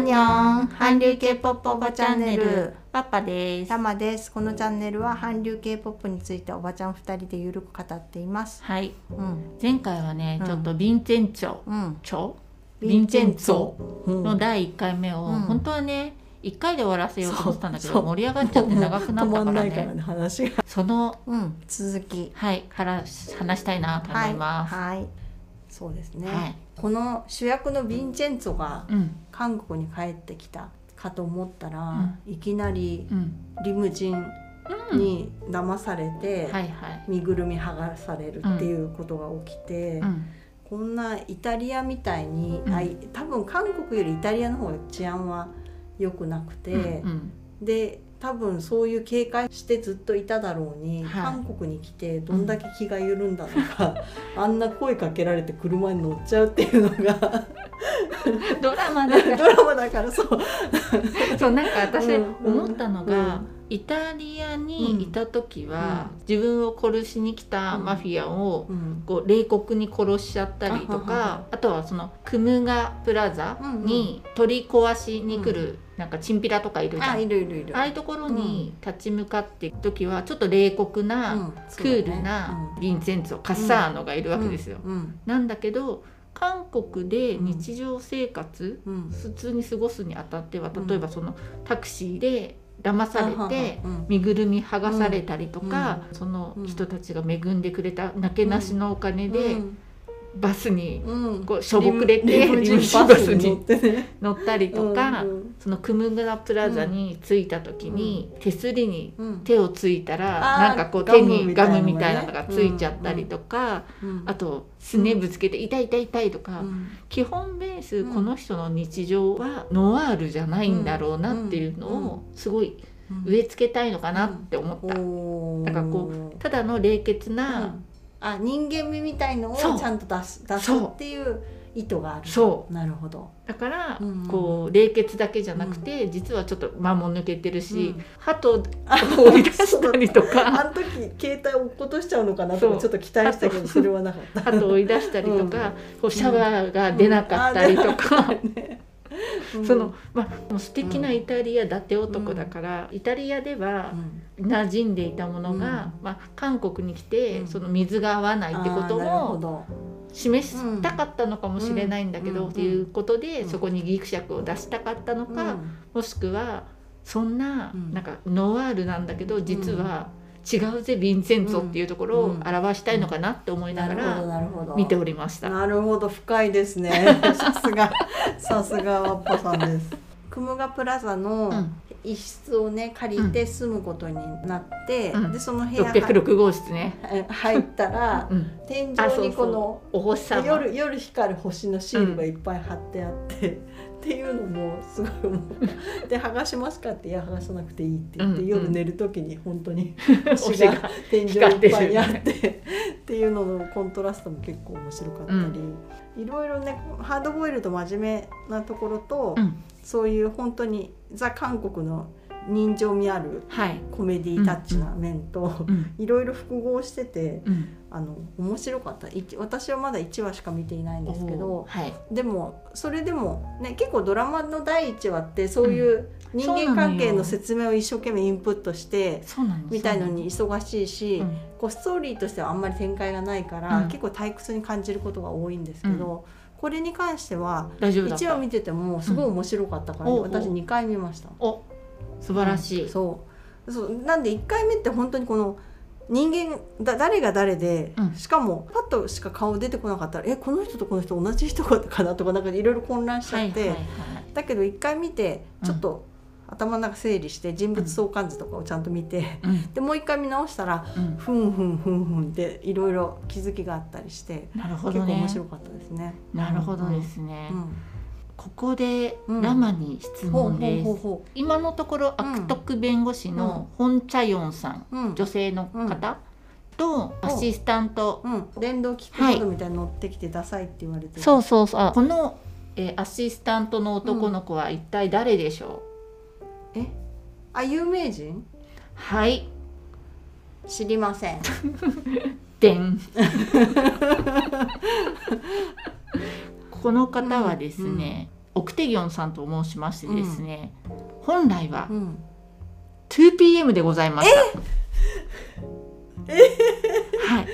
にょん韓流 K-POP おばチャンネルパパですたまですこのチャンネルは韓流 K-POP についておばちゃん二人でゆるく語っていますはいうん前回はね、うんちょっとヴィンチェンチョうんチョヴヴィィンンチチェェンンツツォォの第1回目を、うん本当はね1回で終わらせようと思ってたんだけそどう盛り上がっちゃって長くなったからねね話がそのうん続きはいから話したいなと思います、はいそうですね、はいこの主役のヴィンチェンツォがうん韓国に帰ってきたかと思ったら、ういきなりうんリムジンうんに騙されて、はいはい、身ぐるみ剥がされるっていうことが起きて、うんこんなイタリアみたいに、うんあい多分韓国よりイタリアの方が治安は良くなくて、うんで多分そういう警戒してずっといただろうに、はい韓国に来てどんだけ気が緩んだのか、あんな声かけられて車に乗っちゃうっていうの がうんドラマだか ドらラマだからそう。そうなんか私うん思ったのが、うんイタリアにいた時は、自分を殺しに来たマフィアを、うんこう冷酷に殺しちゃったりとあははかあとはそのクムガプラザに取り壊しに来る、なんかチンピラとかいるじゃあん。いるいるいる。ああいうところに立ち向かっていく時はちょっと冷酷な、うんクールなヴィンチェンツォ、カッサーノがいるわけですよ。うんなんだけど韓国で日常生活、うんうん普通に過ごすにあたってはうん例えばそのタクシーで騙されてうん身ぐるみ剥がされたりとか、その人たちが恵んでくれたなけなしのお金でバスにうんこうしょぼくれてリムジンリムジンババススに乗にってね乗ったりとか、うんそのクムグラプラザに着いた時に手すりにうん手をついたらあーなんかこう手にガガムムみみたたいいななのねのがついちゃったりとか、うんあとすねぶつけて痛い痛い痛いとか。基本ベースうんこの人の日常はノワールじゃないんだろうなっていうのをすごい植え付けたいのかなって思った、うんだからこうただの冷血あ,、な、人間味みたいのをちそうゃんと出す出すそうっていう意図があるそなるほどうだからうんこう冷血だけじゃなくて、実はちょっと間も抜けてるし、うん鳩を追い出したり とあかの時携帯落っことしちゃうのかなとかそうちょっと期待したけどそれはなかった鳩を追い出したりとか、こうシャワーが出なかったりとか。 その、まあ、もう素敵なイタリア伊達男だから、イタリアではうん馴染んでいたものが、まあ、韓国に来て、うんその水が合わないってことあーなるほもど示したかったのかもしれないんだけど、うんっていうことで、うんそこにギクシャクを出したかったのうんか、もしくはそんな,、うんなんかノワールなんだけど実は違うぜヴィンセンツォっていうところうをん表したいのかなって思いなながるほどらなるほど見ておりました。なるほど深いですねさすがさすがわっぱさんですクムガプラザうのん、一室をね借りて住むことになって、うんでその部屋入606号室ね、入ったらうん、天井あそうにこそのうお星様夜夜光る星のシールがいっぱい貼ってあって、っていうのもすごい思うで剥がしますかっていや剥がさなくていいって言って、うんうん夜寝る時に本当に星星がが天井いっぱいにあってっていうののコントラストも結構面白かったり、いろいろねハードボイルド真面目なところと、うんそういう本当にザ・韓国の人情味あるはい、コメディタッチな面と、うんいろいろ複合しててうん、あの面白かったいち私はまだ1話しか見ていないんですけおどーはい、でもそれでも、ね、結構ドラマの第1話ってそういう人間関係の説明を一生懸命インプットして。そうなのみたいのに忙しいし、うんこうストーリーとしてはあんまり展開がないから、うん結構退屈に感じることが多いんですけど、これに関しては大丈夫だった1話見ててもすごい面白かったから、うんおうおう私2回見ました。お素晴らしい、うんそうそうなんで1回目って本当にこの人間だ誰が誰で、うんしかもパッとしか顔出てこなかったらえこの人とこの人同じ人かなとかなんかいろいろ混乱しちゃって、はいはいだけど1回見てちょっと頭の中整理して人物相関図とかをちゃんと見て、はいうんでもう1回見直したらうんふんふんふんふんっていろいろ気づきがあったりして、なるほ結構どね面白かったですね。なるほどですね、うんここでうんラマに質ほう問ほでうす、ほうほ今のところうん悪徳弁護士のホン・チャヨンさん、う。うん。女性の方、とアシスタント、うん。電動キックボードみたいに乗ってきてダサいって言われてる。そうそうそうあこの、えーアシスタントの男の子は一体誰でしょあ、有名人？う、はいはい知りません。でんこの方はですね、オクテギョンさんと申しましてですね、本来はうん 2PM でございました。はい、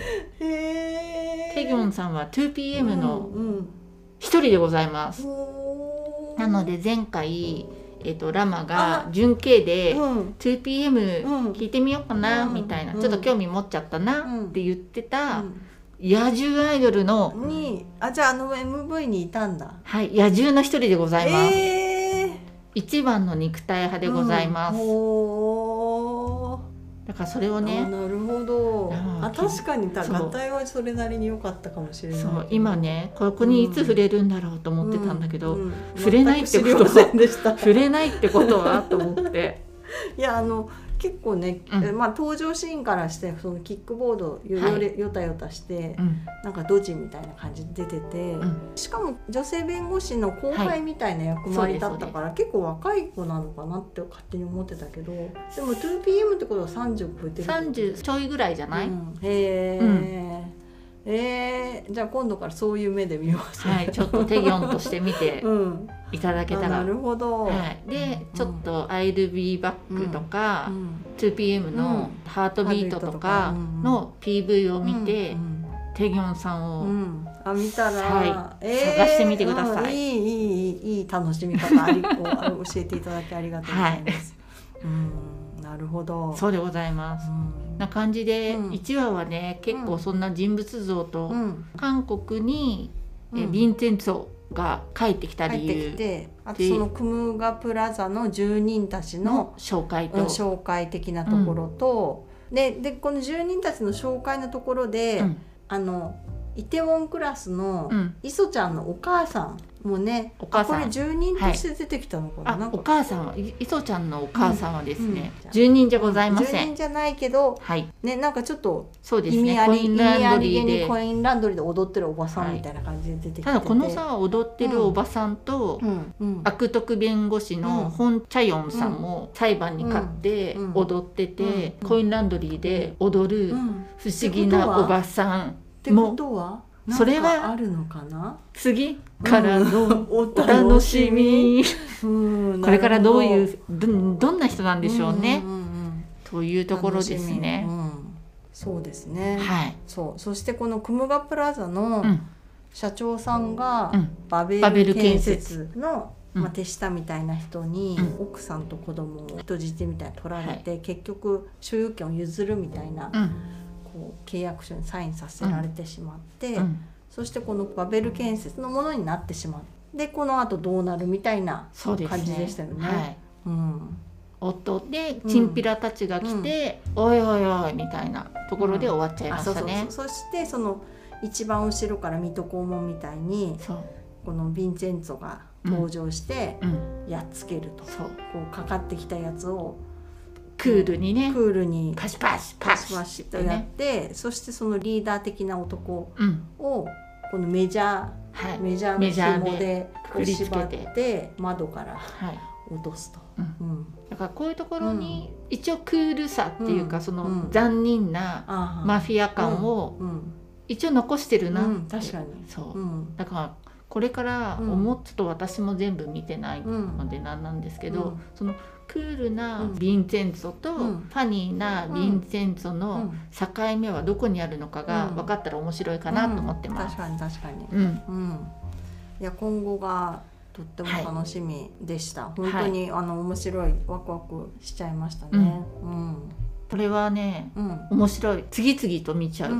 へえテギョンさんは 2PM のうんうん一人でございます。ほーなので前回、えっとラマがあ純系でうん、 2PM うん聞いてみようかなうんみたいな、うんちょっと興味持っちゃったなって言ってたう野獣アイドルの、んにあじゃああの MV にいたんだはい、野獣の一人でございます。えー、一番の肉体派でございます。うんほだからそれをーあね、なるほどうんあ確かにたそう合体はそれなりに良かったかもしれないそう今ねここにいつ触れるんだろうと思ってたんだけど、うう触れないってことは全く知りませんでした触れないってことはと思って。いやあの結構ね、うんまあ登場シーンからしてそのキックボードよよれ、よたよたしてうんなんかドジみたいな感じで出てて、うんしかも女性弁護士の後輩みたいな役はい割だったから、結構若い子なのかなって勝手に思ってたけどでも 2PM ってことは30超えてる30ちょいぐらいじゃない、うんへえ、うえーじゃあ今度からそういう目で見ます、はい、ちょっとテギョンとして見てうん、いただけあたら。なるほど、はい、でちょっと「I'll be back」とか、うん、 2PM の「ハートビート」とかの PV を見て、うんテギョンさんうを、ん、あ見たら、はー探してみてくださいうんいいいいいいいい楽しみ方ありこうあの教えていただきありがとうございます。うん、なるほど。そうでございます。うんな感じで、うん1話はね結構そんな人物像と、うん、韓国に、えうんヴィンセンツォが帰ってきた入理ってき由て、あとでそのクムガプラザの住人たちのの紹介うんと、紹介的なところと、ででこの住人たちの紹介のところで、うんあのイテウォンクラスのうん磯ちゃんのお母さんもね、お母さんあこれ住人として出てきたのかな,、なあんかお母さんはい磯ちゃんのお母さんはですね、うんうん住人じゃございませ住ん、人じゃないけどはいねなんかちょっとそうです意味ねあコり,、イン意ラ味あンドりリげーにでコインランドリーで踊ってるおばさんみたいな感じで出てきてて、ただこのさ踊ってるおばさんと、うんうん悪徳弁護士うんのホン・チャヨンさんも裁判に勝ってうん踊ってて、うんコインランドリーで踊るうんっ不思議なおばさん、てことはなんそれはかあるのかな次からのおお楽しみ、うんこれからどういううどどんな人なんでしょうね、んうんうんというところです楽ねし。みうんそうですね。はい、そう、そしてこのクムガプラザのうん社長さんがうんバベバベルル建建設設の。うんまあ、手下みたいな人に、う奥さんと子供を人質みたいに取られて、結局所有権を譲るみたいな、うんこう契約書にサインさせられてしまって、うん、そしてこのバベル建設のものになってしまうでこのあとどうなるみたいなそうですね感じでしたよねはいうん、夫でうんチンピラたちが来て「おいおいおい」みたいなところで終わっちゃいまあしそうたそうね。そうそしてその一番後ろから水戸黄門みたいにそうこのヴィンチェンツォが登場してうんやっつけると、そうこうかかってきたやつをクールにねクールにパシパシパパシシパシとやって、そしてそのリーダー的な男うんをこのメジャはいーメジャメジーャーの紐でこうくくりつけて縛って窓からはい、落とすと。うんうん、だからこういうところに一応クールさっていうか、うんそうのん残忍なあーマフィア感をうん一応残してるなって、うん確かにそう、うんだからこれから思っちょっと私も全部見てないうんのでなんなんですけど、うんそのクールなうんヴィンチェンツォとうんファニーなヴィンチェンツォの境目はどこにあるのかがうん分かったら面白いかなと思ってます。うん確かに確かにうんうん、いや今後がとっても楽しみでした、本当に、あの面白いワクワクしちゃいましたねうんこれはねうん、うん面白い次々と見ちゃう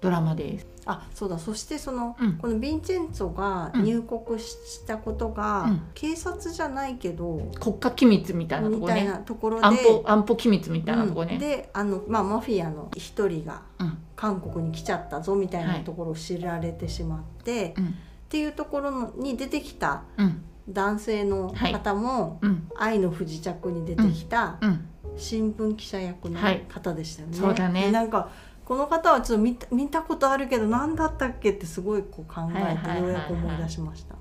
ドラマです。あそうだそしてその、うんこのヴィンチェンツォが入国したことが、うん警察じゃないけど、国家機密みたいなとみこたいねなところで安保安保機密みたいなとこうんね、であの、まあ、マフィアの一人がうん韓国に来ちゃったぞみたいはないところを知られてしまって、っうんていうところのに出てきたうん男性の方も、うん愛の不時着に出てきたうん新聞記者役のはい方でしたよね。そうだねでなんかこの方はちょっと見た見たことあるけど何だったっけってすごいこう考はいえはていはいはいようやく思い出しました。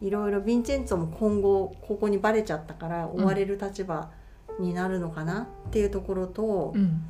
いろいろヴィンチェンツォも今後ここにバレちゃったから追われる立場になるのかなっていうところと、うん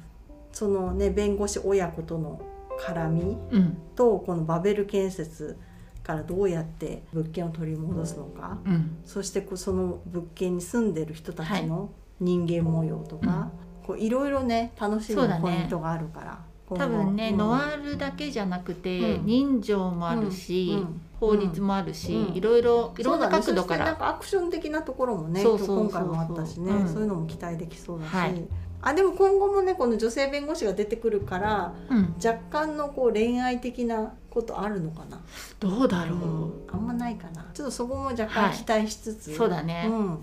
そのね弁護士親子との絡みうんとこのバベル建設からどうやって物件を取り戻すのか、うんそしてこうその物件に住んでる人たちの人間模様とか、こういろいろね楽しそうむだねポイントがあるから。今後多分ね、うんノワールだけじゃなくて、うん人情もあるし、うん法律もあるし、うんいろいろいろんなそう角度かだねそしてなんら、かアクション的なところもねそうそうそうそう今回もあったしね、うんそういうのも期待できそうだし、はいあでも今後もねこの女性弁護士が出てくるからうん、若干のこう恋愛的なことあるのかな、どうだろう、あんまないかなちょっとそこも若は干い期待しつつ、そうだねうん、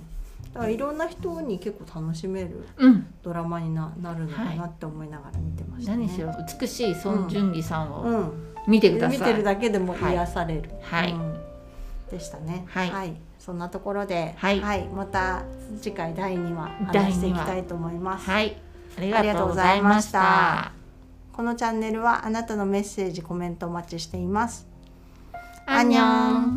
だからいろんな人に結構楽しめるうん、ドラマにななるのかなって思いながら見てましたね。何しろ美しい孫純義さんをうん見てください、見てるだけでも癒される、はいうんでしたねはいそんなところで、はいまた次回第2話第二話話していきたいと思います、はい、ありががととうごうござざいいままししたた。このチャンネルはあなたのメッセージコメントお待ちしていますアンニョン。